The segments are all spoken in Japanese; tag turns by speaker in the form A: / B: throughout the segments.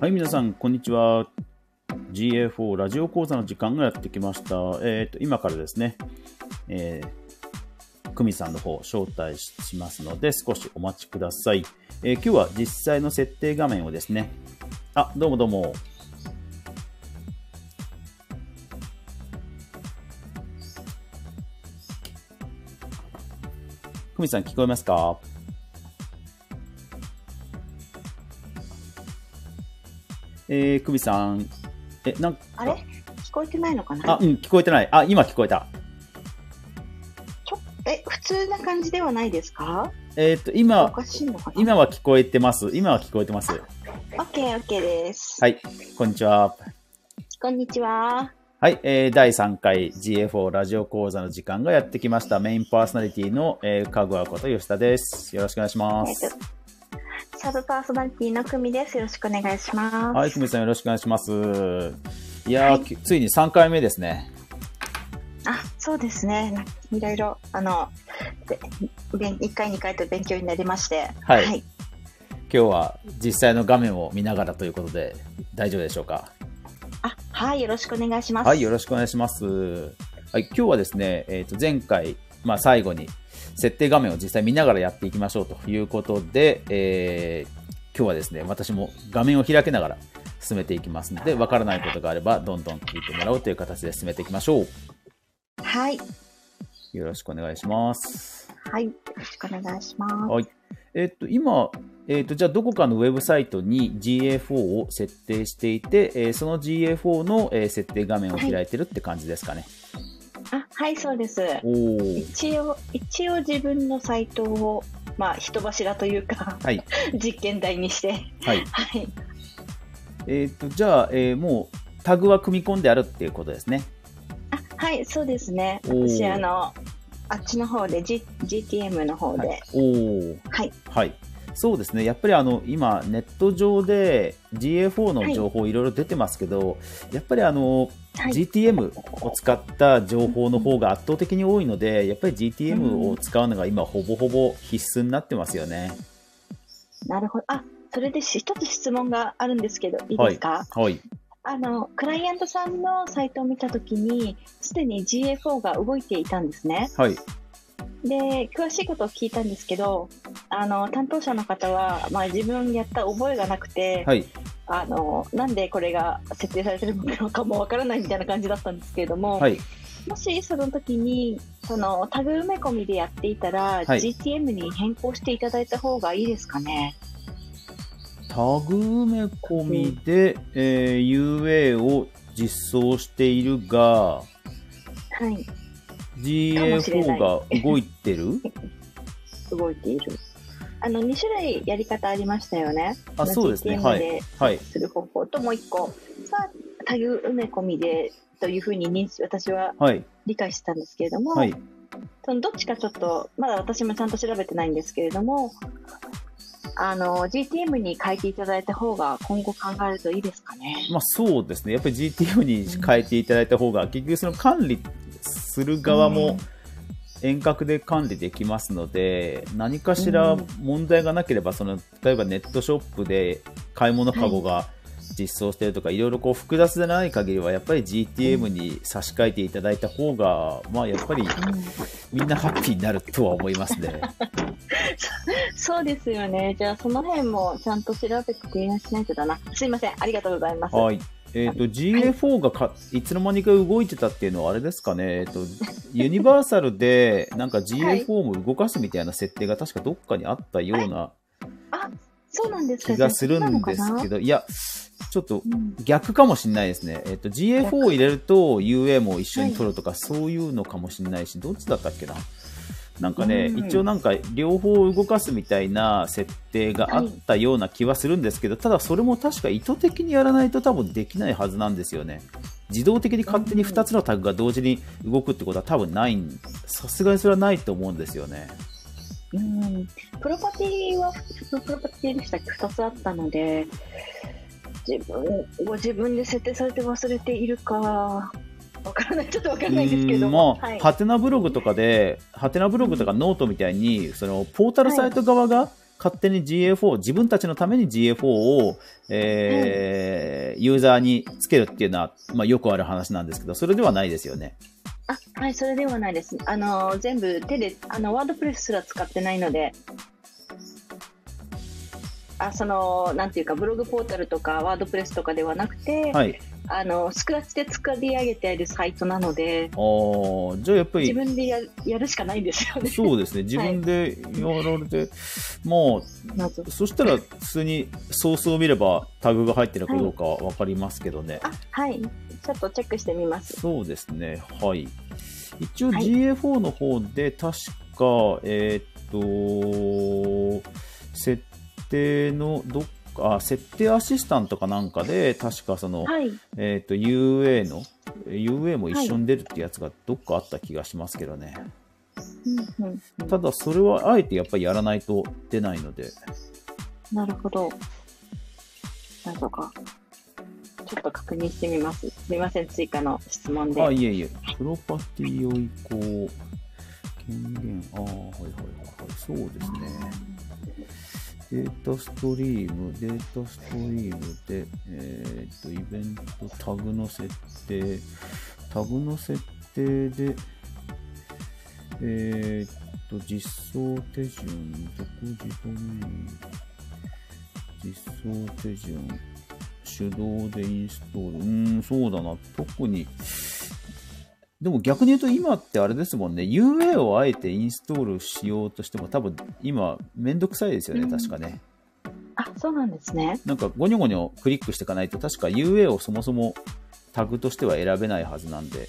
A: はい、皆さん、こんにちは。GA4 ラジオ講座の時間がやってきました。えっ、と、今からですね、えー、久美さんの方を招待しますので、少しお待ちください。えー今日は実際の設定画面をですね、あ、どうもどうも。久美さん聞こえますかえー、久美さん。え、なんか、
B: あれ聞こえてないのかな
A: あ、うん、聞こえてない。あ、今聞こえた。
B: ちょえ、普通な感じではないですか
A: えーっと、
B: お
A: 今、
B: かしいのかな
A: 今は聞こえてます。今は聞こえてます。
B: オッケーオッケーです。
A: はい、こんにちは。
B: こんにちは。
A: はい、えー第3回 GFO ラジオ講座の時間がやってきました。メインパーソナリティの、えー、かぐわこと吉田です。よろしくお願いしま
B: えっと
A: す。、
B: サブパーソナリティの久美です。よろしくお願いします。
A: はい、久美さんよろしくお願いします。いやー、きついに3回目ですね。
B: あ、そうですね。いろいろ、あの、で勉1回2回と勉強になりまして。
A: はい今日は実際の画面を見ながらということで大丈夫でしょうか。
B: あ、はい、よろしくお願いします。
A: はい、よろしくお願いします。はい、今日はですね、えっ、と、前回、まあ、最後に、設定画面を実際見ながらやっていきましょうということで、えー今日はですね、私も画面を開けながら進めていきますので、わからないことがあれば、どんどん聞いてもらおうという形で進めていきましょう。
B: はい。
A: よろしくお願いします。
B: はい。よろしくお願いします。
A: はい。えっ、と、今、えっ、と、じゃあ、どこかのウェブサイトに GA4 を設定していて、えーその GA4 の、えー設定画面を開いてるって感じですかね。
B: あ、はい、そうです。
A: おー。
B: 一応、一応自分のサイトを、まあ、人柱というか、
A: はい。
B: 実験台にして、
A: はい。
B: はい。
A: えー、とじゃあ、えーもうタグは組み込んであるっていうことですね。
B: あはい、そうですね。
A: おー
B: 私、あの、あっちの方で、G、GTM の方で、
A: おお、
B: はい、
A: はい、そうですね、やっぱりあの今、ネット上で GA4
B: は
A: の
B: い
A: 情報、いろいろ出てますけど、やっぱりあの、
B: はい
A: GTM を使った情報の方が圧倒的に多いので、やっぱり GTM を使うのが今、ほぼほぼ必須になってますよね。
B: なるほど。あそれでし一つ質問があるんですけど、いいですか、
A: はい、
B: あの、クライアントさんのサイトを見たときに、すでに GA4 が動いていたんですね。
A: はい、
B: で、詳しいことを聞いたんですけど、あの、担当者の方は、まあ、自分やった覚えがなくて、
A: はい、
B: あの、なんでこれが設定されてるのかもわからないみたいな感じだったんですけれども、
A: はい、
B: もしその時にそのタグ埋め込みでやっていたら、
A: はい
B: GTM に変更していただいた方がいいですかね。
A: タグ埋め込みで、えー UA を実装しているが、
B: はい、もしれ
A: GA4
B: ない
A: が動いて る
B: 動いている。あの2種類やり方ありましたよね。
A: あ、そうですね。は
B: GTM
A: い
B: で。
A: はい。
B: する方法ともう一個はタグ埋め込みでというふうに認識私は
A: はい。
B: 理解してたんですけれども、
A: はい。
B: そのどっちかちょっとまだ私もちゃんと調べてないんですけれども、あの GTM に変えていただいた方が今後考えるといいですかね。
A: まあそうですね。やっぱり GTO に変えていただいた方が、結局その管理する側
B: う
A: も
B: ん
A: 遠隔で管理できますので、何かしら問題がなければ、その、例えばネットショップで買い物カゴが実装してるとか、いろいろこう複雑でない限りは、やっぱり GTM に差し替えていただいた方が、まあやっぱり
B: うん
A: みんなハッピーになるとは思いますね。
B: そうですよね。じゃあその辺もちゃんと調べていらっしゃないとだな。すいません。ありがとうございます。
A: はい。えっ、と、GA4 がかいつの間にか動いてたっていうのはあれですかね。えっ、と、ユニバーサルでなんか GA4 も動かすみたいな設定が確かどっかにあったような
B: あ、そうなんですか。
A: 気がするんです
B: じゃあそうな
A: け
B: のか
A: ど、いや、ちょっと
B: なうん
A: 逆かもしれないですね。えっ、と、GA4 を入れると UA も一緒に取るとか、そういうのかもしれないし、どっちだったっけな。なんかね、
B: うん
A: 一応なんか両方動かすみたいな設定があったような気はするんですけど、ただそれも確か意図的にやらないと多分できないはずなんですよね。自動的に勝手に2つのタグが同時に動くってことは多分ないん、さすがにそれはないと思うんですよね。
B: うん。プロパティはプロパティでしたっけ二つあったので、自分ご自分で設定されて忘れているかわからない。ちょっとわからないんですけど
A: うんまあ、
B: はい。
A: ハテナブログとかで、ハテナブログとかノートみたいに、そのポータルサイト側が勝手に GA4、自分たちのために GA4 を、えーユーザーにつけるっていうのは、まあ、よくある話なんですけど、それではないですよね。
B: あはい、それではないです。あの全部手で、あのワードプレスすら使ってないので、あそのなんていうか、ブログポータルとか、ワードプレスとかではなくて、
A: はい。
B: あのスクラッチで作り上げているサイトなので、
A: おーじゃあやっぱり
B: 自、分でややるしかないんですよね。
A: そうですね、自分でやられて、ま
B: まず
A: あ、そしたら普通にソースを見ればタグが入ってるかどうかわかりますけどね。
B: あはい、ちょっとチェックしてみます。
A: そうですね、はい。一応
B: はい
A: GA4 の方で、確か、えーっと、設定のどっか、あ設定アシスタントかなんかで、確かその、
B: はい、
A: えーっと、UA の、UA も一緒に出るってやつがどっかあった気がしますけどね。
B: うんうんうん
A: ただ、それはあえてやっぱりやらないと出ないので、
B: なるほど。なんとか。ちょっと確認してみます。すみません、追加の質問で。
A: あ、いえいえ、プロパティを移行、権限、ああ、はいはいはいはい、そうですね。データストリーム、データストリームで、えーっと、イベント、タグの設定、タグの設定で、えーっと、実装手順、独自ドメイン、実装手順、手動でインストール、うーん、そうだな、特に、でも逆に言うと今ってあれですもんね、UA をあえてインストールしようとしても多分今めんどくさいですよね、
B: うん
A: 確かね。
B: あ、そうなんですね。
A: なんかゴニョゴニョクリックしていかないと確か UA をそもそもタグとしては選べないはずなんで、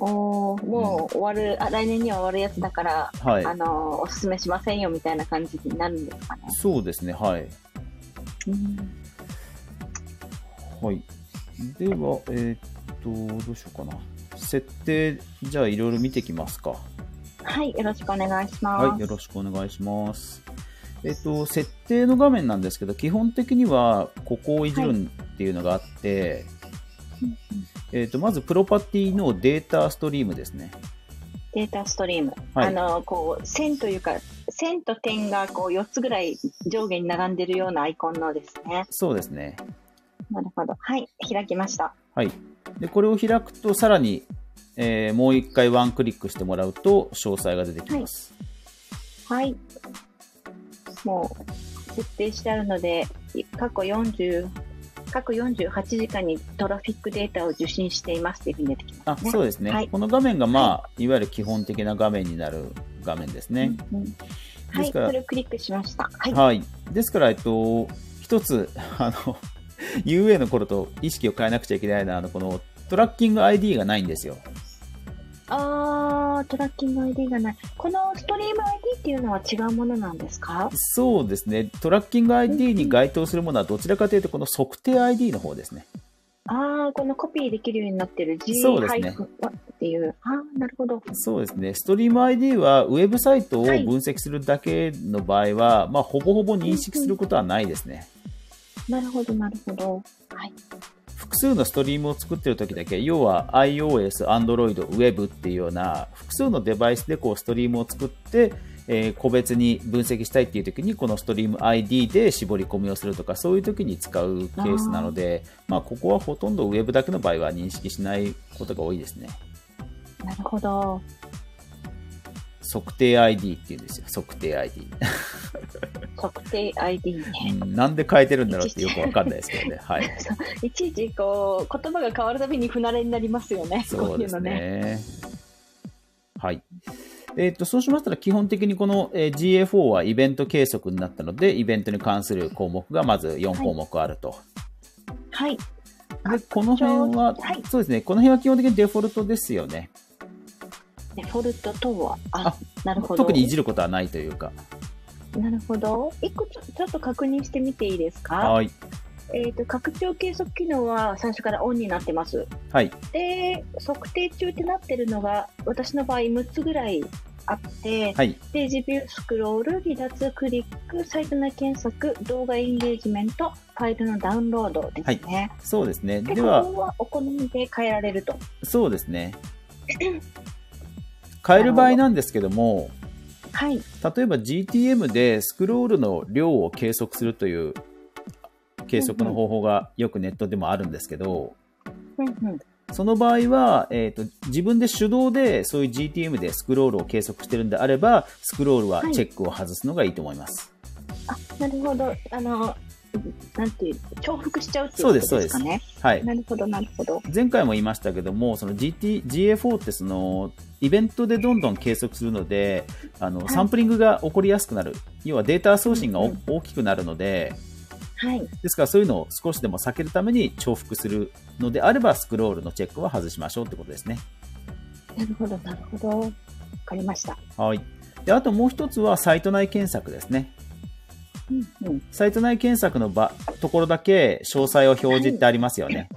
B: おーもう終わる、あ、来年には終わるやつだから、
A: はい
B: あ。のーおすすめしませんよみたいな感じになるんですかね。
A: そうですね、はい。
B: うん
A: はい。では、えーっと、どうしようかな。設定、じゃあいろいろ見てきますか。
B: はい、よろしくお願いし
A: は
B: ま
A: い、
B: す。
A: よろしくお願いします。えっと、設定の画面なんですけど、基本的にはここをいじるんっていうのがあって、
B: うん
A: えっと、まずプロパティのデータストリームですね。
B: データストリーム。
A: はい
B: あのーこう、線というか、線と点がこう4つぐらい上下に並んでるようなアイコンのですね。
A: そうですね。
B: なるほど。はい、開きました。
A: はい。で、これを開くと、さらに、えーもう一回ワンクリックしてもらうと、詳細が出てきます。
B: はい。もう設定してあるので、い過去40、過去48時間にトラフィックデータを受信していますというふうに出てきます。
A: あ、そうですね。
B: はい
A: この画面が、まあ、い、わゆる基本的な画面になる画面ですね。
B: うんうんは
A: で
B: い、
A: すから
B: それをクリックしました。はい。
A: はい、ですから、えっと、一つ、 あの、UA の頃と意識を変えなくちゃいけないのは、あの、このトラッキング ID がないんですよ。
B: あー、トラッキング ID がない。このストリーム ID っていうのは違うものなんですか
A: そうですね、トラッキング ID に該当するものは、どちらかというと、この測定 ID の方ですね。
B: あー、このコピーできるようになってる G-
A: そうですね
B: っていう。あー、なるほど。
A: そうですね、ストリーム ID は、ウェブサイトを
B: はい
A: 分析するだけの場合は、まあ、ほぼほぼ認識することはないですね。
B: なるほど、なるほど。はい。
A: 複数のストリームを作ってる時だけ要は iOS、Android、Web っていうような複数のデバイスでこうストリームを作って、えー個別に分析したいっていう時にこのストリーム ID で絞り込みをするとかそういう時に使うケースなのでまあ、ここはほとんど Web だけの場合は認識しないことが多いですね
B: なるほど。
A: 測定 ID っていうんですよ測定 ID
B: 測定 ID ね。
A: うん なんで変えてるんだろうってよくわかんないですけどねはい
B: そういちいちこう言葉が変わるたびに不慣れになりますよね。
A: そうです
B: こいの
A: ね。はい。えっ、と、そうしましたら、基本的にこのえー GA4 はイベント計測になったので、イベントに関する項目がまず4項目あると。
B: はい。
A: で、この辺は、
B: はい
A: そうですね、この辺は基本的にデフォルトですよね。
B: デフォルトとは、あ、なるほど。
A: 特にいじることはないというか。
B: なるほど。一個ちょちょっと確認してみていいですか。
A: はい。
B: えっ、と拡張計測機能は最初からオンになってます。
A: はい。
B: で測定中ってなってるのが私の場合6つぐらいあって、
A: はい。
B: ページビュースクロール、離脱クリック、サイト内検索、動画エンゲージメント、ファイルのダウンロードですね。
A: そうですね。
B: で
A: で
B: こ
A: は、
B: こはお好みで変えられると。
A: そうですね。変える場合なんですけども、
B: は
A: 例
B: い。
A: えば GTM でスクロールの量を計測するという計測の方法がよくネットでもあるんですけど、
B: うんうん。
A: その場合は、えー、と自分で手動でそういう GTM でスクロールを計測してるんであれば、スクロールは
B: はい
A: チェックを外すのがいいと思います。
B: あ、なるほど。あの、なんていう、重複しちゃうっていう
A: そ
B: こ
A: う
B: と
A: で
B: ですすかね。
A: はい、
B: なるほど、なるほど。
A: 前回も言いましたけども、その GT GA4 ってそのイベントでどんどん計測するのであの、
B: い
A: サンプリングが起こりやすくなる、要はデータ送信がお
B: うんうん
A: 大きくなるので、
B: はい。
A: ですからそういうのを少しでも避けるために重複するのであれば、スクロールのチェックは外しましょうってことですね。
B: なるほど、なるほど。わかりました。
A: はい、であともう一つは、サイト内検索ですね。
B: うんうん。
A: サイト内検索の場ところだけ詳細を表示ってありますよね。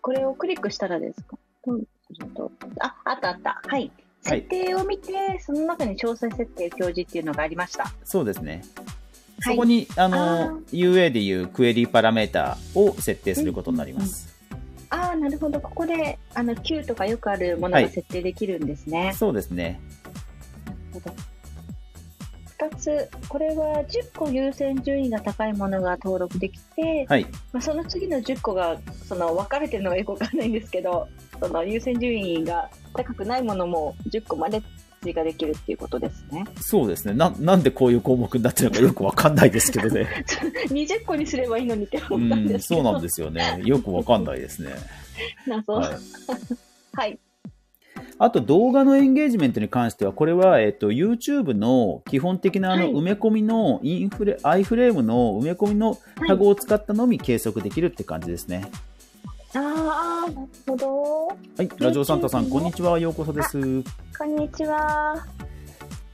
B: これをクリックしたらですかどうするとあ、あったあった。はい。設定を見て、その中に詳細設定表示っていうのがありました。
A: そうですね。
B: は
A: そ
B: い
A: こに、あ
B: あ
A: の UA でいうクエリパラメータを設定することになります。
B: ああ、なるほど。ここで、あの、Q とかよくあるもの
A: は
B: が
A: い
B: 設定できるんですね。
A: そうですね。
B: 2つ、これは10個優先順位が高いものが登録できて、
A: はい。
B: まあ、その次の10個がその分かれてるのがよくわかんないんですけどその優先順位が高くないものも10個まで追加できるっていうことですね
A: そうですね。ななんでこういう項目になってるのかよくわかんないですけど ね。
B: 20個にすればいいのにって
A: う
B: 思ったんで
A: ん、
B: すけ
A: そ
B: ど
A: うなんですよね。よくわかんないですね。
B: 謎は、
A: はいい、
B: はい
A: あと動画のエンゲージメントに関しては、これは、えっと、YouTube の基本的なあの
B: はい
A: 埋め込みのインフレ、アイフレームの埋め込みのタグを使ったのみ計測できるって感じですね。
B: ああなるほど
A: はい、ラジオサンタさん、こんにちは、ようこそです。
B: こんにちは、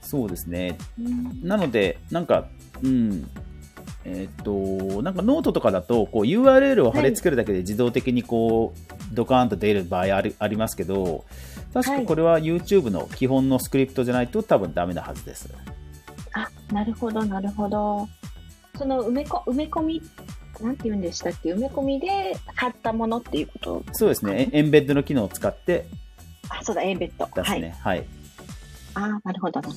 A: そうですね。
B: うん
A: なので、なんか、うん、えーっと、なんかノートとかだと、こう URL を貼り付けるだけで自動的にこう、ドカーンと出る場合あるありますけど、確かこれは YouTube の基本のスクリプトじゃないと多分ダメなはずです。
B: あなるほどなるほどその埋めこ埋め込みなんて言うんでしたっけ埋め込みで貼ったものっていうこと
A: そうですね。エエンベッドの機能を使って
B: あそうだエンベッド、
A: 出
B: は
A: す
B: い
A: ね。はい。
B: ああなるほどな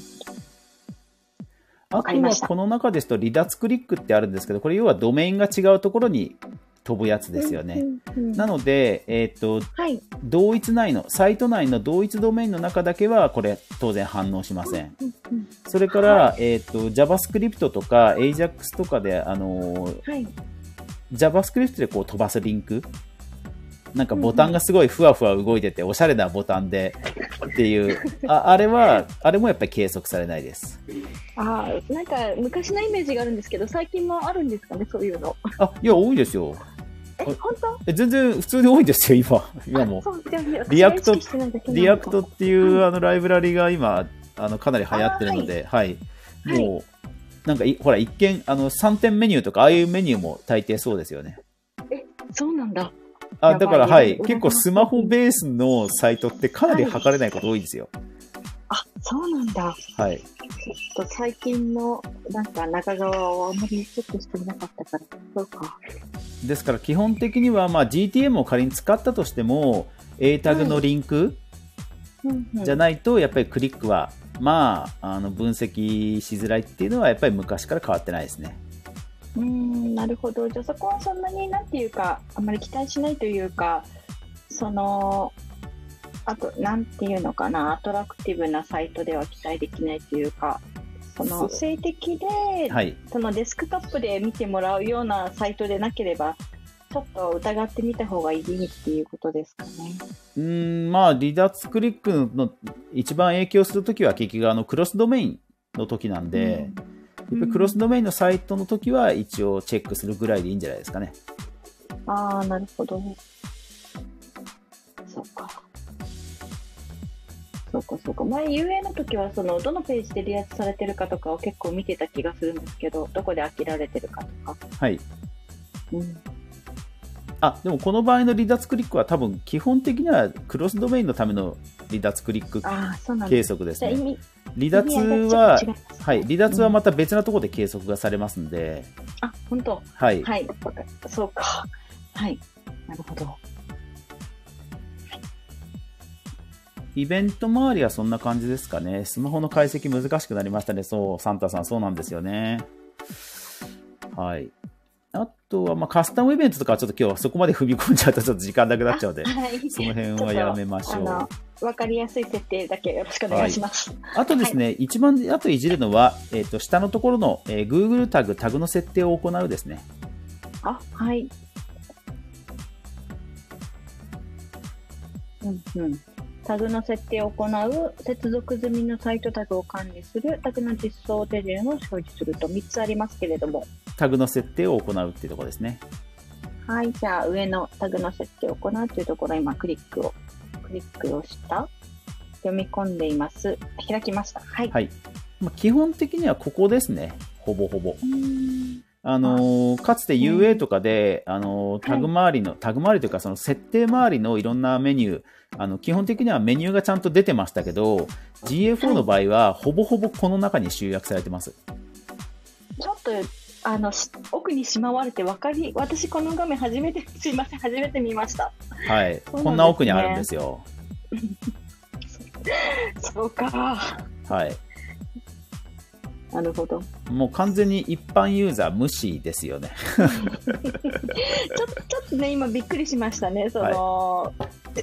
A: あ
B: か
A: と
B: りま
A: は
B: した
A: この中ですと離脱クリックってあるんですけど、これ要はドメインが違うところに飛ぶやつですよね。
B: うんうんうん
A: なので、えーっと、
B: はい
A: 同一内のサイト内の同一ドメインの中だけはこれ当然反応しません
B: うんうん
A: それから、えー、と JavaScript とか AJAX とかで、あのー
B: はい
A: JavaScript でこう飛ばすリンクなんかボタンがすごいふわふわ動いてておしゃれなボタンでっていうああれはあれもやっぱり計測されないです
B: あーなんか昔のイメージがあるんですけど最近もあるんですかねそういうの
A: あいや多いですよ
B: え
A: はい
B: 本当
A: え全然普通に多いですよ今今も
B: そうじゃあ
A: リアクト
B: 私が意識してないだけなのか
A: リアクトっていうあのライブラリが今あのかなり流行ってるので、はい、
B: はい
A: もうなんかいほら一見あの3点メニューとかああいうメニューも大抵そうですよね。
B: そうなんだ
A: あ
B: やば
A: だ
B: い
A: からはい
B: うん
A: 結構スマホベースのサイトってかなり測れないこと多いんですよ。
B: あそうなんだ
A: はい、
B: ちょっと最近のなんか中側をあんまりチェックしてなかったからそうか
A: ですから基本的にはまあ GTM を仮に使ったとしても A タグのリンク
B: うんうん
A: じゃないとやっぱりクリックはまああの分析しづらいっていうのはやっぱり昔から変わってないですね。
B: うーんなるほどじゃあそこはそんなになんていうかあんまり期待しないというかそのあとなんていうのかなアトラクティブなサイトでは期待できないというか
A: そ
B: そ
A: う
B: の性的で、
A: はい
B: そのデスクトップで見てもらうようなサイトでなければちょっと疑ってみた方がいいっていうことですかね。
A: うーんまあ離脱クリックの一番影響するときは結局あのクロスドメインの時なんで、
B: うん
A: やっぱりクロスドメインのサイトの時は一応チェックするぐらいでいいんじゃないですかね。
B: ああなるほど。そうか。そうかそうか前 UA の時はそのどのページで離脱されてるかとかを結構見てた気がするんですけどどこで飽きられてるかとか。
A: はい。
B: うん、
A: あ、でもこの場合の離脱クリックは多分基本的にはクロスドメインのための離脱クリック
B: ああそうなんで
A: 計
B: す。
A: 測です
B: じゃあ意
A: ね。
B: 味
A: 離脱
B: 意味
A: は
B: ちょっと違います
A: はい、離脱はまた別なところで計測がされますんで、
B: あ本当
A: はい。
B: はいそうかはいなるほど。
A: イベント周りはそんな感じですかね。スマホの解析難しくなりましたね。そう、サンタさん、そうなんですよね。はい。あとは、まあ、カスタムイベントとかはちょっと今日はそこまで踏み込んじゃうとちょっと時間なくなっちゃうので、
B: はい
A: その辺はやめましょ
B: ちっとあ
A: う
B: の。わかりやすい設定だけよろしくお願いします。
A: あとですね、一番あといじるのは、えっ、と、下のところの、えー Google タグ、タグの設定を行うですね。
B: あ、はい。うんうん。タグの設定を行う、接続済みのサイトタグを管理する、タグの実装手順を表示すると3つありますけれども、
A: タグの設定を行うっていうところですね。
B: はい、じゃあ上のタグの設定を行うというところ、今クリックを、クリックをした。読み込んでいます。開きました。はい。
A: はい。まあ、基本的にはここですね。ほぼほぼ。
B: うーん
A: あのーかつて UA とかで、あのータグ周りの、タグ周りというか、その設定周りのいろんなメニュー、あの、基本的にはメニューがちゃんと出てましたけど、GFO の場合は、ほぼほぼこの中に集約されてます。
B: ちょっとあのし奥にしまわれて分かり、私、この画面初めて、すいません、初めて見ました。
A: はい。
B: そうなんですね
A: こんな奥にあるんですよ。
B: そうか。
A: はい。
B: なるほど。
A: もう完全に一般ユーザー無視ですよね。
B: ちょっとちょっとね、今びっくりしましたね。その、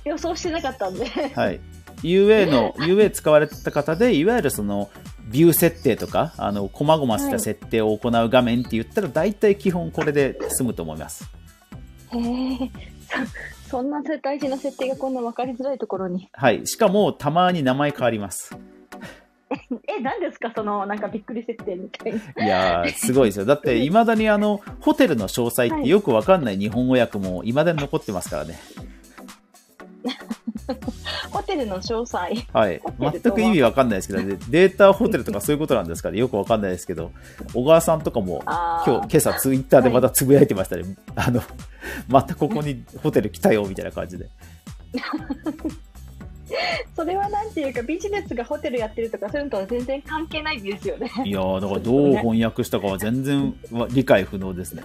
B: 予想してなかったんで。
A: はい。UA の、UA 使われてた方で、いわゆるその、ビュー設定とか、あの、細々した設定を行う画面って言ったら、大体基本これで済むと思います。
B: へえ。そそんな大事な設定がこんな分かりづらいところに。
A: はい。しかも、たまに名前変わります。
B: え、何ですかその、なんかびっくり設定みたいな。
A: いや ー、すごいですよ。だって、いまだにあの、ホテルの詳細ってよくわかんない日本語訳も、いまだに残ってますからね。
B: ホテルの詳細。
A: はい。全く意味わかんないですけど、でデータホテルとかそういうことなんですかね。よくわかんないですけど、小川さんとかも、
B: あー
A: 今日、今朝ツイッターでまたつぶやいてましたね。あの、 またここ にホテル来たよ、みたいな感じで。
B: それはなんていうか、ビジネスがホテルやってるとか、そういうのとは全然関係ないですよね。
A: いやー、だからどう翻訳したかは全然わ理解不能ですね。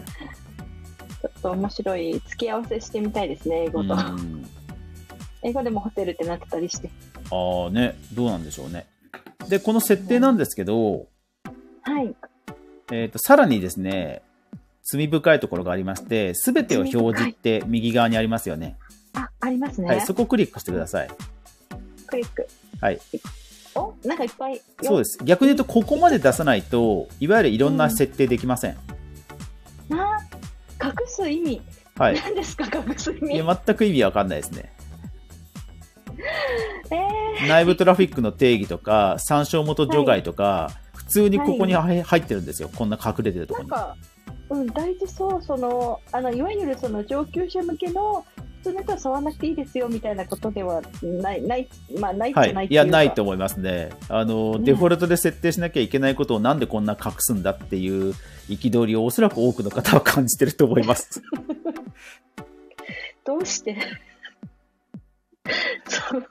B: ちょっと面白い付き合わせしてみたいですね、英
A: う
B: 語
A: ん。
B: と。
A: あ
B: 英語でもホテルってなってたりして。
A: ーね、どうなんでしょうね。で、この設定なんですけど、
B: はい。
A: えっ、と、さらにですね、罪深いところがありまして、すべてを表示って右側にありますよね。
B: あ、ありますね。
A: はい、そこをクリックしてください。
B: クリック。
A: はい。
B: お、なんかいっぱい。。
A: そうですす。逆に言うと、ここまで出さないと、いわゆるいろんな設定できません。
B: な、隠す意味。
A: はい。
B: 何ですか、隠す意
A: い
B: 味。え
A: や、全く意味わかんないですね。
B: ー
A: 内部トラフィックの定義とか、参照元除外とか、普通にここに入入ってるんですよ。こんな隠れてるとこ
B: な
A: ろ
B: ん
A: に。
B: か、うん、大事そう、その、あの、いわゆるその上級者向けの。普通の人は触らなくていいですよみたいなことではない、ない、まあ、ないじゃ
A: は
B: な
A: い、い
B: いっていうか
A: や、ないと。思いますねあの、
B: ね
A: デフォルトで設定しなきゃいけないことをなんでこんな隠すんだっていう憤りをおそらく多くの方は感じてると思い ます。
B: どうして。 そう。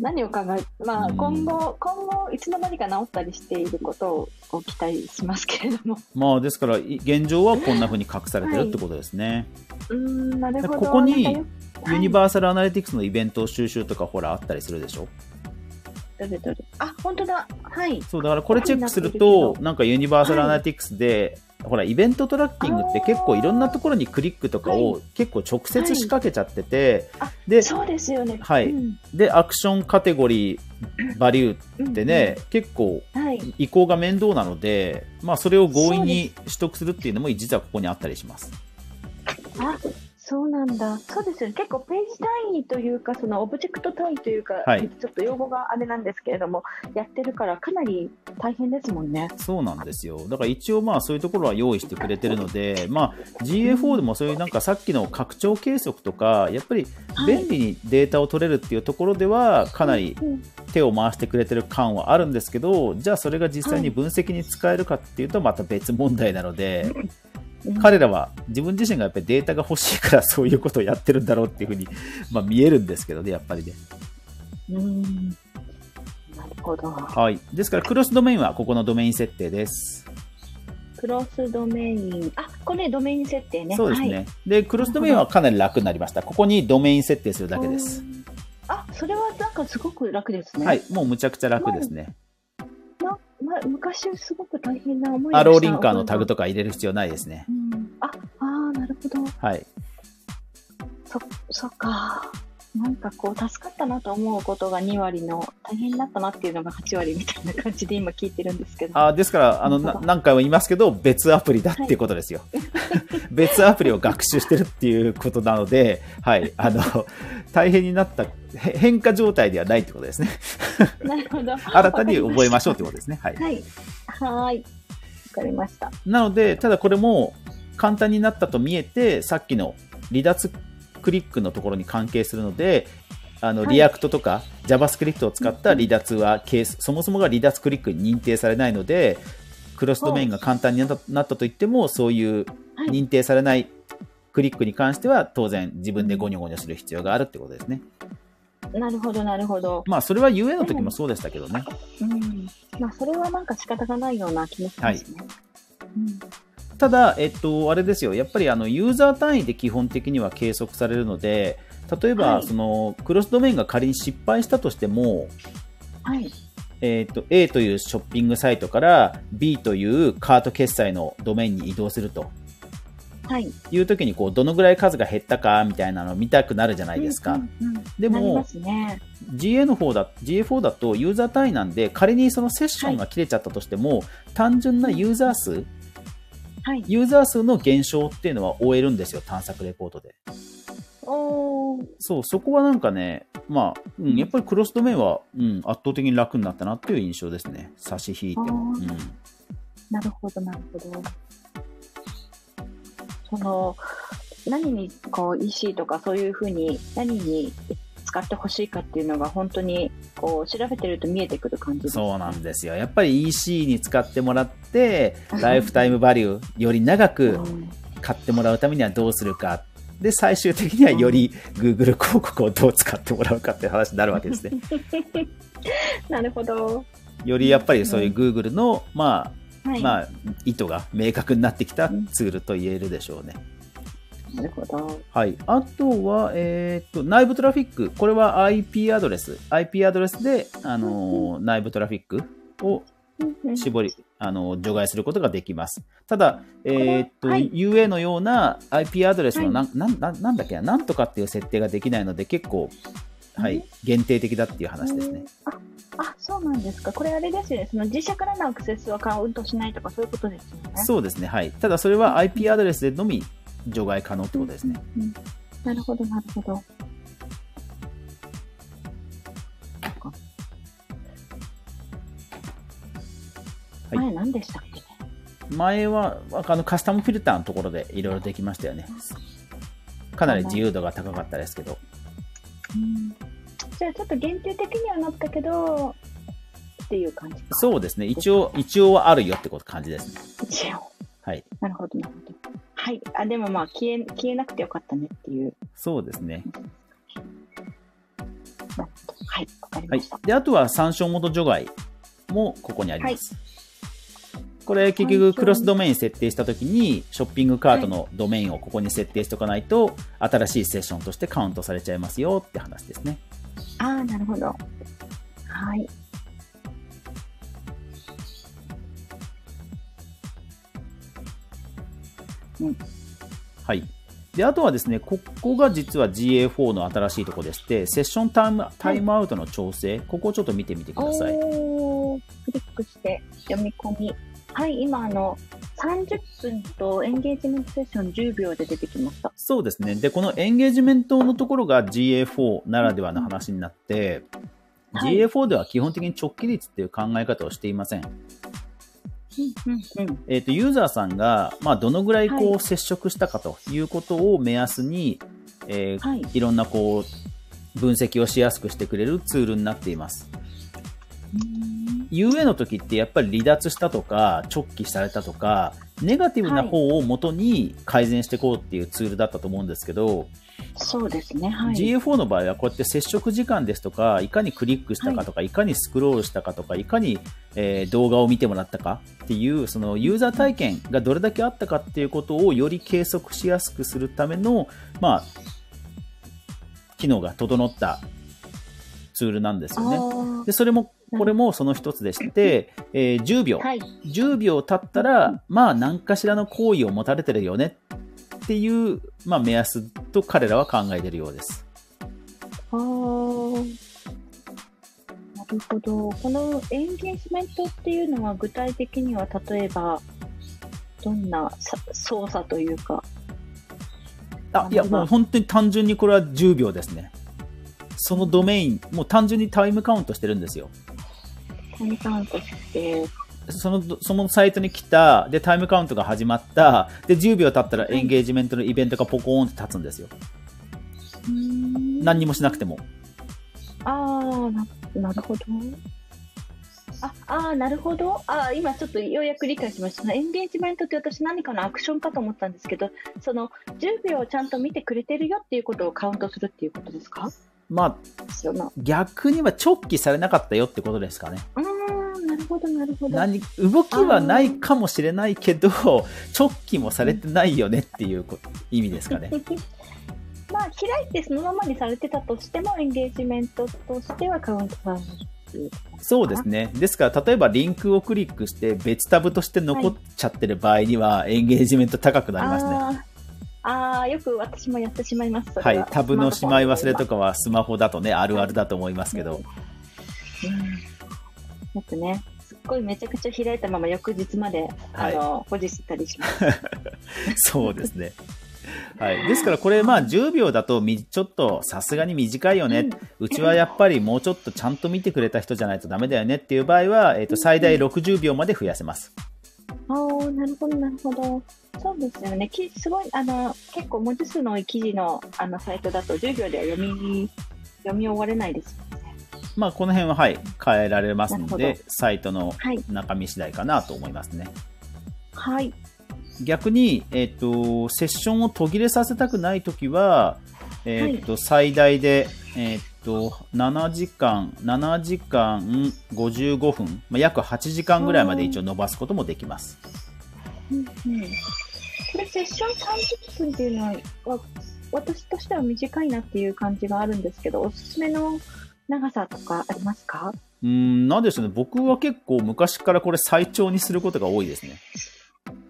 B: 何を考え、まあ、
A: うん
B: 今後、今後いつの間にか治ったりしていることを期待しますけれども。
A: まあ、ですから、い現状はこんな風に隠されてるってことですね。
B: うーん、なるほど。
A: ここに
B: なんかよくはい
A: ユニバーサルアナリティクスのイベント収集とか、ほら、あったりするでしょ
B: どれどれあ、本当だ。はい。
A: そう、だからこれチェックする
B: こういう風になって
A: と
B: るけ、
A: なんかユニバーサルアナリティクスで、ほら、イベントトラッキングって結構いろんなところにクリックとか
B: は
A: を結構直接仕掛けちゃってて、
B: はい
A: で、
B: そうですよね。
A: はい
B: うん
A: で、アクションカテゴリー、バリューっ
B: うん
A: てね、結構
B: うんはい。
A: 移行が面倒なので、まあ、それを強引に取得するっていうのも実はここにあったりします。
B: あそうなんだ。そうですよね。結構ページ単位というか、そのオブジェクト単位というか、
A: はい
B: ちょっと用語があれなんですけれども、やってるからかなり大変ですもんね。
A: そうなんですよ。だから一応まあそういうところは用意してくれてるので、まあ GA4 でもそういうなんかさっきの拡張計測とか、やっぱり便利にデータを取れるっていうところではかなり
B: うん
A: 手を回してくれてる感はあるんですけど、じゃあそれが実際に分析に使えるかっていうとまた別問題なので、
B: うん
A: 彼らは自分自身がやっぱりデータが欲しいからそういうことをやってるんだろうっていうふうに、まあ、見えるんですけどね、やっぱりね。
B: うんなるほど。
A: はい。ですからクロスドメインはここのドメイン設定です。
B: クロスドメイン。あ、これドメイン設定ね。
A: そうですね、でクロスドメインはかなり楽になりましたここにドメイン設定するだけです
B: うんあ、それはなんかすごく楽ですね。
A: はい、もうむちゃくちゃ楽ですね。
B: なま昔すごく大変な思いをした
A: あ、ローリンカーのタグ
B: と。
A: とか入れる必要ないですね
B: う。ん、あ、あーなるほど。
A: はい。
B: そ、そっか。なんかこう、助かったなと思うことが2割の、大変だったなっていうのが8割みたいな感じで今聞いてるんですけど。
A: あですから、あの、な何回も言いますけど、別アプリだっていうことですよ。別アプリを学習してるっていうことなので、はい、あの、大変になった、へ変化状態ではないってことですね。
B: なるほど。
A: 新たに覚えましょうってことですね。はい。
B: はい。はーい。わかりました。
A: なので、ただこれも簡単になったと見えて、さっきの離脱クリックのところに関係するので、あの、
B: はい
A: リアクトとか JavaScript を使った離脱はケース、そもそもが離脱クリックに認定されないので、クロスドメインが簡単になったなったといっても、そういう
B: はい
A: 認定されないクリックに関しては、当然自分でゴニョゴニョする必要があるってことですね。
B: なるほど、なるほど。
A: まあ、それは UA の時もそうでしたけどね。
B: うん。まあ、それはなんか仕方がないような気もしますね。うん
A: ただ、えっと、あれですよ、やっぱりあのユーザー単位で基本的には計測されるので、例えば、
B: はい
A: そのクロスドメインが仮に失敗したとしても、
B: はい。
A: えっと A というショッピングサイトから B というカート決済のドメインに移動すると
B: はい。
A: いう時にこうどのぐらい数が減ったかみたいなのを見たくなるじゃないですか、
B: うんうんうん
A: でも
B: なりますね。
A: GA の方だ GA4 だとユーザー単位なんで仮にそのセッションが切れちゃったとしても、単純なユーザー数
B: はい。
A: ユーザー数の減少っていうのは終えるんですよ探索レポートで
B: おー
A: そう、そこはなんかね、まあ、うん、やっぱりクロスドメインは、うん、圧倒的に楽になったなっていう印象ですね。差し引いても。
B: あ
A: うん
B: ーなるほど、なるほど。その、何にこう EC とかそういうふうに、何に使ってほしいかっていうのが本当にこう調べてると見えてくる感じですね
A: そうなんですよ。やっぱり EC に使ってもらって、ライフタイムバリュー、より長く
B: うん
A: 買ってもらうためにはどうするか。で、最終的にはより Google 広告をどう使ってもらうかっていう話になるわけ ですね。
B: なるほど。
A: よりやっぱりそういう Google の、ま
B: は
A: あ、
B: い。
A: まあ、意図が明確になってきたツールと言えるでしょうね。
B: なるほど。
A: はい、あとは、えー、と内部トラフィック、これは IP アドレス、IP アドレスで、あのー内部トラフィックを絞り、あのー除外することができます。ただ、えーと
B: これはい
A: UA のような IP アドレスのなん,、なんなんなんだっけな、なんとかっていう設定ができないので、結構、は
B: うん
A: い、限定的だっていう話ですね。
B: ああそうなんですか、これあれですよね、その自社からのアクセスはカウントしないとか、そういうことですよね。
A: そうですね、はい、ただそれは IP アドレスでのみ除外可能ってことですね。
B: うんうんなるほど、なるほど。
A: はい
B: 前何でしたっけ
A: 前はあのカスタムフィルターのところでいろいろできましたよね。かなり自由度が高かったですけど。
B: うんじゃあちょっと限定的にはなったけどっていう感じか
A: そうですね。一応、一応はあるよってこと感じですね。
B: 一応
A: はい。
B: なるほどなるほどはいあでもまあ消え消えなくてよかったねっていう
A: そうですね。
B: なるほどはいわかり
A: は
B: ま
A: い
B: した、。
A: で、あとは参照元除外もここにあります。これ結局クロスドメイン設定したときにショッピングカートのドメインをここに設定しておかないと新しいセッションとしてカウントされちゃいますよって話ですね。
B: ああなるほどはい
A: はい。で、あとはですね、ここが実は GA4 の新しいところでして、セッションタイムタイムアウトの調整、ここをちょっと見てみてください。
B: おークリックして読み込みはい今あの30分とエンゲージメントセッション10秒で出てきました
A: そうですね。で、このエンゲージメントのところが GA4 ならではの話になって、
B: はい
A: GA4 では基本的に直帰率っていう考え方をしていません。
B: うんうん
A: えっ、と、ユーザーさんが、まあ、どのぐらいこ
B: は
A: う接触したかということを目安に、えー
B: はい
A: いろんなこう、分析をしやすくしてくれるツールになっています。UA の時ってやっぱり離脱したとか直帰されたとかネガティブな方を元に改善していこうっていうツールだったと思うんですけど、
B: そうですねはい
A: GA4 の場合はこうやって接触時間ですとかいかにクリックしたかとか、い、かにスクロールしたかとかいかに、えー動画を見てもらったかっていうそのユーザー体験がどれだけあったかっていうことをより計測しやすくするためのまあ機能が整ったツールなんです
B: あ
A: よね。
B: ー
A: で、それも、これもその一つでして、えー10秒。
B: はい。
A: 10秒経ったら、まあ何かしらの行為を持たれてるよねっていう、まあ目安と彼らは考えてるようです。
B: あーなるほど。このエンゲージメントっていうのは具体的には例えばどんなさ操作というか。
A: あ、いや、もう本当に単純にこれは10秒ですね。そのドメイン、もう単純にタイムカウントしてるんですよ。
B: タイムカウントして、
A: そのそのサイトに来た、で、タイムカウントが始まった、で、10秒経ったらエンゲージメントのイベントがポコーンって立つんですよ。何にもしなくても。
B: ああ、ななるほど。ああー、なるほど。あー今ちょっとようやく理解しました。そのエンゲージメントって私何かのアクションかと思ったんですけど、その10秒をちゃんと見てくれてるよっていうことをカウントするっていうことですか
A: まあ、
B: その
A: 逆には直帰されなかったよってことですかね。
B: うーん、なるほど、なるほど。
A: 何動きはないかもしれないけど、直帰もされてないよねっていうこ意味ですかね。
B: まあ、開いてそのままにされてたとしても、エンゲージメントとしてはカウントされるっていうことか
A: そうですね。ですから、例えばリンクをクリックして別タブとして残っちゃってる場合には、エンゲージメント高くなりますね。
B: あーあー、よく私もやってしまいます。それ
A: はい、タブのしまい忘れ
B: スマートフォンで
A: とかはスマホだとね、あるあるだと思いますけど、
B: だってね、すっごいめちゃくちゃ開いたまま翌日まで、
A: はい
B: あの保持してたりします。
A: そうですね。はい、ですからこれまあ10秒だとみちょっとさすがに短い よね、う
B: う
A: んちはやっぱりもうちょっとちゃんと見てくれた人じゃないとダメだよねっていう場合は、えっと最大60秒まで増やせます。
B: ああ、なるほど、なるほど。そうですよね。きすごいあの結構文字数の多い記事のあのサイトだと10秒では読み読み終われないですよね。
A: まあこの辺ははい変えられますの
B: なる
A: でサイトの
B: はい
A: 中身次第かなと思いますね。
B: はい。
A: 逆に、えっとセッションを途切れさせたくないときは、えっと最大で、えっと7時間7時間55分、まあ、約8時間ぐらいまで一応伸ばすこともできます。
B: うんうん。これセッション30分っていうのはわ私としては短いなっていう感じがあるんですけど、おすすめの長さとかありますか？
A: うーんなんでしょうね僕は結構昔からこれ最長にすることが多いですね。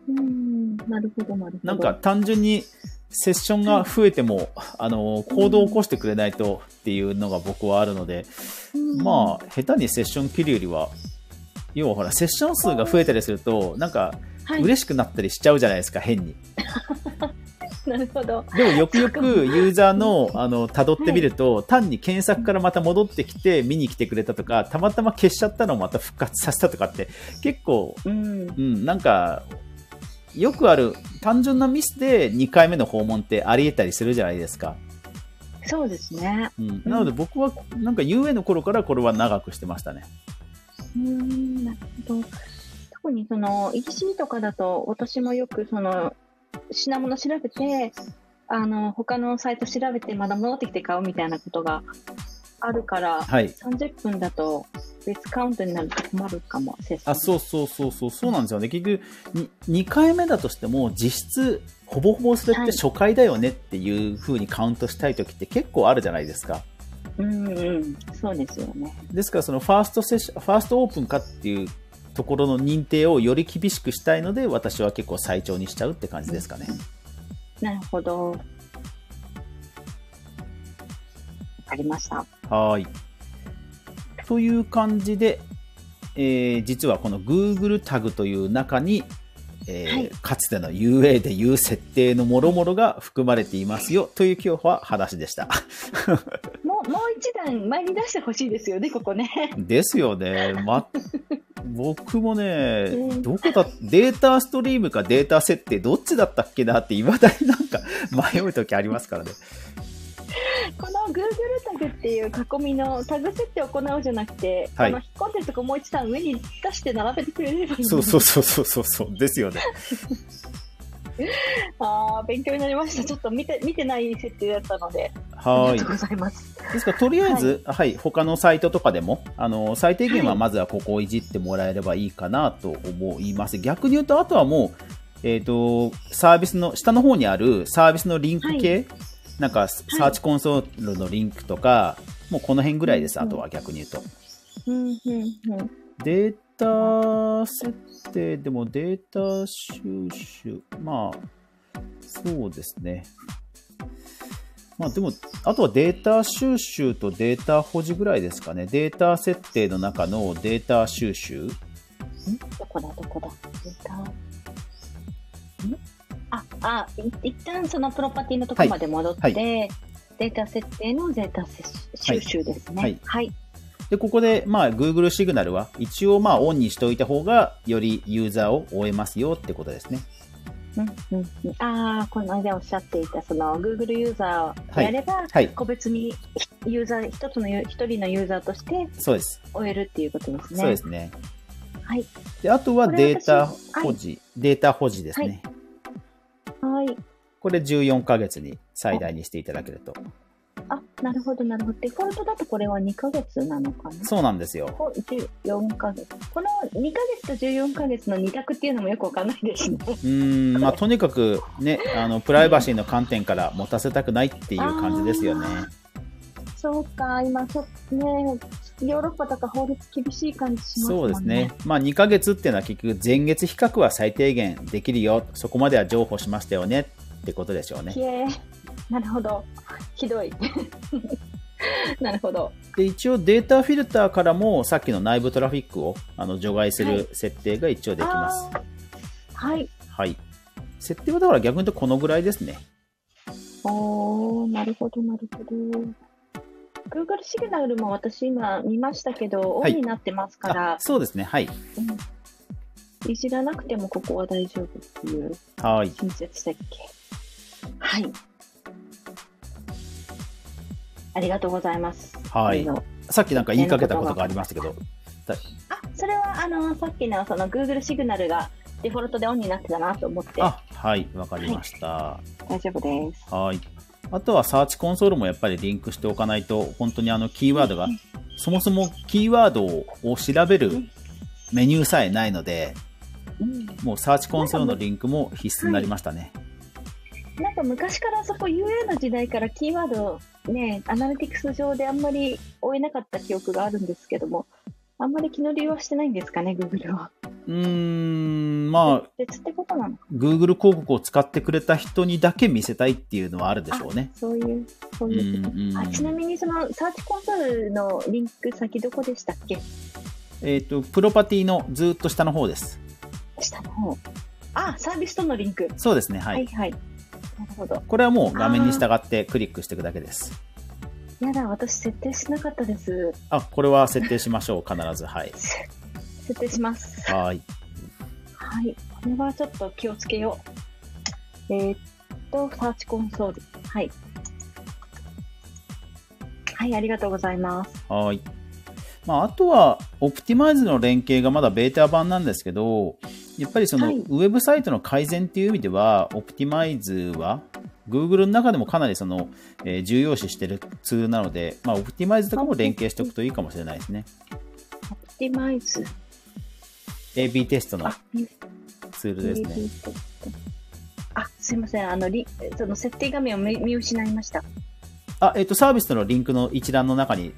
B: うん、なるほどなるほど。
A: なんか単純にセッションが増えても、あの行動を起こしてくれないとっていうのが僕はあるので、
B: うん
A: まあ下手にセッション切るよりは要はほらセッション数が増えたりするとなんか
B: はい、
A: 嬉しくなったりしちゃうじゃないですか変に
B: なるほど。
A: でもよくよくユーザーのあの辿ってみると、単に検索からまた戻ってきて見に来てくれたとかたまたま消しちゃったのをまた復活させたとかって結構
B: うん。
A: うんなんかよくある単純なミスで2回目の訪問ってありえたりするじゃないですか、
B: そうですね。
A: うん、なので僕はなんか UA の頃からこれは長くしてましたね
B: うーん、なるほど。特にその EC とかだと、私もよくその品物調べて、あの他のサイト調べて、まだ戻ってきて買うみたいなことがあるから、
A: はい
B: 30分だと別カウントになると困るかも、セッション
A: あそうそうそうそうそうなんですよね結局に2回目だとしても実質ほぼほぼそれっ
B: は
A: て
B: い
A: 初回だよねっていう風にカウントしたい時って結構あるじゃないですか
B: うんうん、そうですよね。
A: ですからそのファーストセッションファーストオープンかっていうところの認定をより厳しくしたいので私は結構最長にしちゃうって感じですかね
B: なるほど。わかりました。
A: はーいという感じで、えー実はこの Google タグという中に、えー
B: はい
A: かつての UA でいう設定のもろもろが含まれていますよという今日は話でした。
B: もうもう一段前に出してほしいですよね、ここね。
A: ですよね。ま、僕もね
B: う、ん
A: どこだ、データストリームかデータ設定どっちだったっけなって、いまだになんか迷う時ありますからね。
B: この Google タグっていう囲みのタグ設定を行うじゃなくて、
A: はい
B: あの引っ込んでるとこもう一段上に出して並べてくれればいい
A: そうそうそうそうそうそう、ですよね。
B: ああ勉強になりましたちょっと見て見てない設定だったのであ
A: は
B: りが
A: ー
B: とう
A: い。
B: ございます
A: ですから、とりあえず、はい、他のサイトとかでも、あの、最低限はまずはここをいじってもらえればいいかなと思います。逆に言うと、あとはもう、えっ、と、サービスの、下の方にあるサービスのリンク系、なんか、サーチコンソールのリンクとか、もうこの辺ぐらいです、
B: うん
A: あ
B: うん
A: とは逆に言うと。
B: うんうんうん
A: データ設定でもデータ収集、まあ、そうですね。まあでも、あとはデータ収集とデータ保持ぐらいですかね。データ設定の中のデータ収集。
B: んどこだどこだデータんああい一旦そのプロパティのところまで戻って、
A: はいは
B: データ設定のデータせ収集ですね
A: は
B: はいい、
A: で、ここで、まあ、Google シグナルは一応、まあ、オンにしておいた方が、よりユーザーを追えますよってことですね。
B: うんうんうんああこの間おっしゃっていたその Google ユーザーを
A: はい
B: やれば
A: はい
B: 個別にユーザー一つのユー一人のユーザーとして
A: そうです。
B: 終えるっていうことですね
A: そうですね。
B: はい
A: で、あとは
B: これ
A: データ
B: 私
A: 保持、データ保持ですね。
B: はいはい
A: これ14ヶ月に最大にしていただけると。
B: あなるほどなるほどデフォルトだとこれは2ヶ月なのかな
A: そうなんですよ。
B: こ14ヶ月この2ヶ月と14ヶ月の2択っていうのもよくわかんないで すね。
A: うーん、まあ、とにかくね、あの、プライバシーの観点から持たせたくないっていう感じですよね。
B: そうか、今ちょっとね、ヨーロッパとか法律厳しい感じします
A: そ
B: も
A: うん
B: ね。
A: ですね。。まあ、2ヶ月っていうのは結局、前月比較は最低限できるよ。そこまでは譲歩しましたよね。ってことでしょうね
B: ひ。えなるほど。ひどい。 なるほど。
A: で一応データフィルターからもさっきの内部トラフィックをあの除外す
B: は
A: る
B: い
A: 設定が一応できます。
B: あーはい。
A: はい、設定はだから逆に言うとこのぐらいですね。
B: おー、なるほど、なるほど。Google シグナルも私今見ましたけど、オ
A: は
B: ン
A: い
B: になってますか
A: あ
B: ら、
A: そうですね。はい。
B: うんいじらなくてもここは大丈夫っていう。
A: はい。
B: 親切設計はいありがとうございます
A: はい
B: あの
A: さっきなんか言いかけたことがありましたけど、
B: あそれはあのさっきのその Google シグナルがデフォルトでオンになってたなと思って
A: あ、はい、わかりました。
B: 大丈夫です
A: はい。あとはサーチコンソールもやっぱりリンクしておかないと、本当にあのキーワードが
B: うん、
A: そもそもキーワードを調べるメニューさえないので、
B: うん
A: もうサーチコンソールのリンクも必須になりましたね。
B: なんか昔からそこ UA の時代からキーワードをねアナリティクス上であんまり追えなかった記憶があるんですけどもあんまり気乗りはしてないんですかね Google は
A: うーん、まあ、
B: 別ってことなのか
A: Google 広告を使ってくれた人にだけ見せたいっていうのはあるでしょうね。
B: そういうそう
A: うん
B: いうこと
A: うん
B: あちなみにそのサーチコンソールのリンク先どこでしたっけ
A: えっ、と、プロパティのずっと下の方です。
B: 下の方あサービスとのリンク
A: そうですね、は。
B: はいいはいなるほど
A: これはもう画面に従ってクリックしていくだけです。
B: やだ私設定しなかったです
A: あこれは設定しましょう、必ず。はい。
B: せ設定します
A: はい。
B: はいこれはちょっと気をつけようえーっとサーチコンソールはいはいありがとうございます
A: はい。まあ、あとは、オプティマイズの連携がまだベータ版なんですけど、やっぱりその、
B: はい
A: ウェブサイトの改善っていう意味では、オプティマイズは、Google の中でもかなりその、えー重要視してるツールなので、まあ、オプティマイズとかも連携しておくといいかもしれないですね。
B: オプティマイズ
A: AB テストの
B: あ見
A: ツールですね。
B: あすいませんあのリその設定画面を見見失いました
A: あ、えっ、と、サービスとのリンクの一覧の中に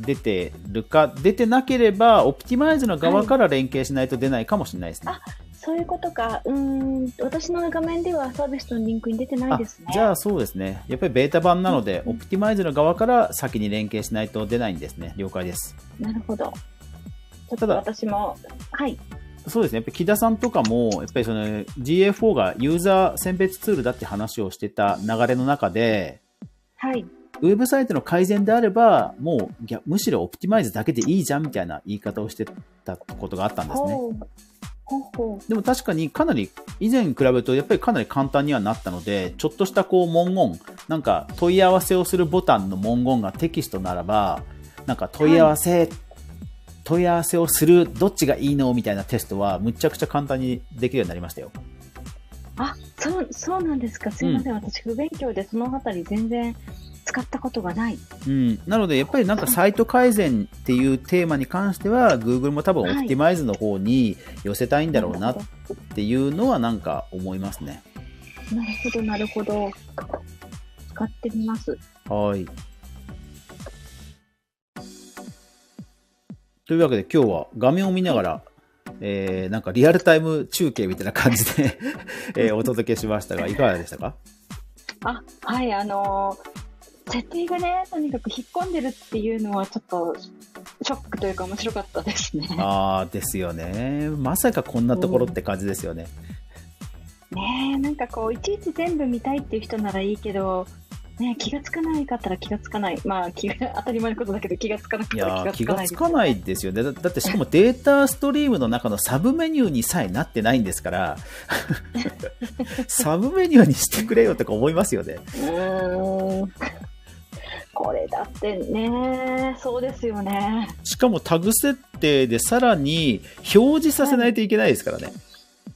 A: 出てるか、出てなければ、オプティマイズの側から連携しないと出ないかもしれないですね。
B: あそういうことか。うーん、私の画面ではサービスのリンクに出てないですね。
A: あじゃあそうですね。やっぱりベータ版なので、
B: うん
A: オプティマイズの側から先に連携しないと出ないんですね。了解です。
B: なるほど。ちょったと
A: だ
B: 私も、はい。
A: そうですね。やっぱり木田さんとかも、やっぱりその GA4 がユーザー選別ツールだって話をしてた流れの中で、
B: はい。
A: ウェブサイトの改善であれば、もうぎゃむしろオプティマイズだけでいいじゃんみたいな言い方をしてたことがあったんですね。
B: ほう。ほうほう。
A: でも確かにかなり以前に比べるとやっぱりかなり簡単にはなったので、ちょっとしたこう文言、なんか問い合わせをするボタンの文言がテキストならば、なんか問い合わせ、問い合わせをする、どっちがいいのみたいなテストはむちゃくちゃ簡単にできるようになりましたよ。
B: あ、そう、そうなんですか。すみません。私、不勉強でそのあたり全然使ったことがない。
A: うん。なのでやっぱりなんかサイト改善っていうテーマに関しては、Google も多分オ
B: はい
A: プティマイズの方に寄せたいんだろうな
B: な
A: っ
B: る
A: ていうのはなんか思いますね。
B: ほど、なるほど。使ってみます。
A: はい。というわけで今日は画面を見ながら、えーなんかリアルタイム中継みたいな感じで、えーお届けしましたが、いかがでしたか
B: あはいあのー設定がねとにかく引っ込んでるっていうのはちょっとショックというか面白かったですね。
A: ああ、ですよね。まさかこんなところって感じですよね。
B: ねえなんかこういちいち全部見たいっていう人ならいいけど、ねえ、気がつかないかったら気がつかないまあ気が当たり前のことだけど気がつかなか
A: い
B: った
A: や
B: ら
A: ー気
B: 気がつか
A: が
B: ない
A: つかないですよね。だだってしかもデータストリームの中のサブメニューにさえなってないんですから、 サブメニューにしてくれよとか思いますよね。
B: うーんこれだってねそうですよね
A: しかもタグ設定でさらに表示させないといけないですからね。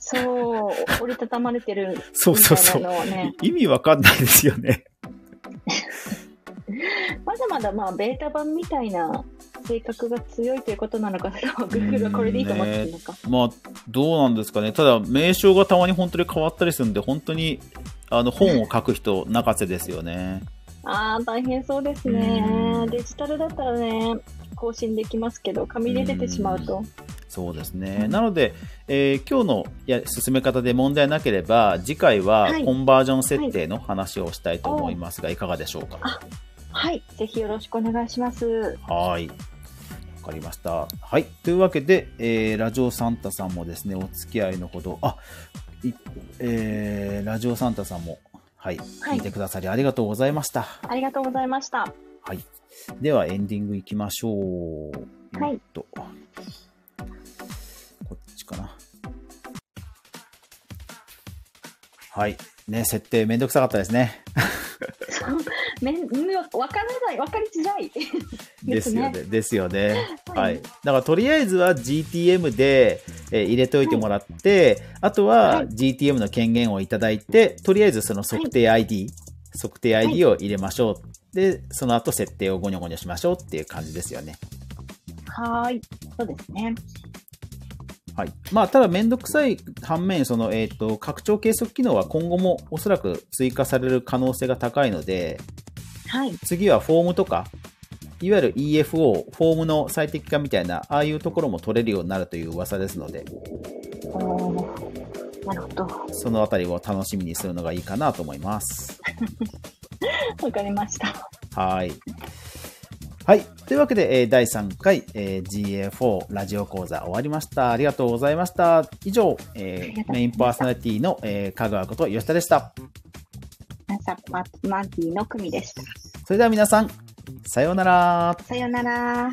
B: そう折りたたまれてる
A: そうそうそう
B: みたいなのをね
A: い意味わかんないですよね。
B: まだまだまあベータ版みたいな性格が強いということなのか、Google はこれでいいと思ってるのか。
A: まあ、どうなんですかね。ただ、名称がたまに本当に変わったりするんで、本当に、あの、本を書く人、泣かせですよね。
B: ああ、大変そうですね
A: うん。
B: デジタルだったらね、更新できますけど、紙で出てしまうと。
A: そうですね。なので、えー今日のや進め方で問題なければ、次回は
B: はい
A: コンバージョン設定の話をしたいと思いますが、いかがでしょうか。
B: はい、ぜひよろしくお願いします。
A: はい。わかりました。はい。というわけで、えーラジオサンタさんもですね、お付き合いのほど、あ、いえーラジオサンタさんも、はい、
B: は
A: 聞
B: い
A: いてくださりありがとうございました。
B: ありがとうございました。
A: はい。では、エンディングいきましょう。
B: はい
A: えっと、こっちかな。はい。ね、設定めんどくさかったですね。
B: めん、めわからない、わかりづらい。
A: ですよ
B: で
A: ね。ですよね。 は
B: はい
A: だ
B: い。
A: から、とりあえずは GTM で、えー入れといてもらって、あとは
B: はい
A: GTM の権限をいただいて、とりあえずその測定 ID、測定 ID を入れましょう。で、その後設定をゴニョゴニョしましょうっていう感じですよね。
B: はーい、そうですね。
A: はいまあ、ただ、めんどくさい反面その、えーと、拡張計測機能は今後もおそらく追加される可能性が高いので、
B: はい、
A: 次はフォームとか、いわゆる EFO、フォームの最適化みたいな、ああいうところも取れるようになるという噂ですので、
B: おーなるほど。
A: そのあたりを楽しみにするのがいいかなと思います。
B: わかりました。
A: はい。はい。というわけで、えー第3回、えー GA4 ラジオ講座終わりました。ありがとうございました。以上、えーメインパーソナリティの、えー、香川こと吉田でした。
B: ナサパマギーの組でした。
A: それでは皆さん、さようなら。
B: さようなら。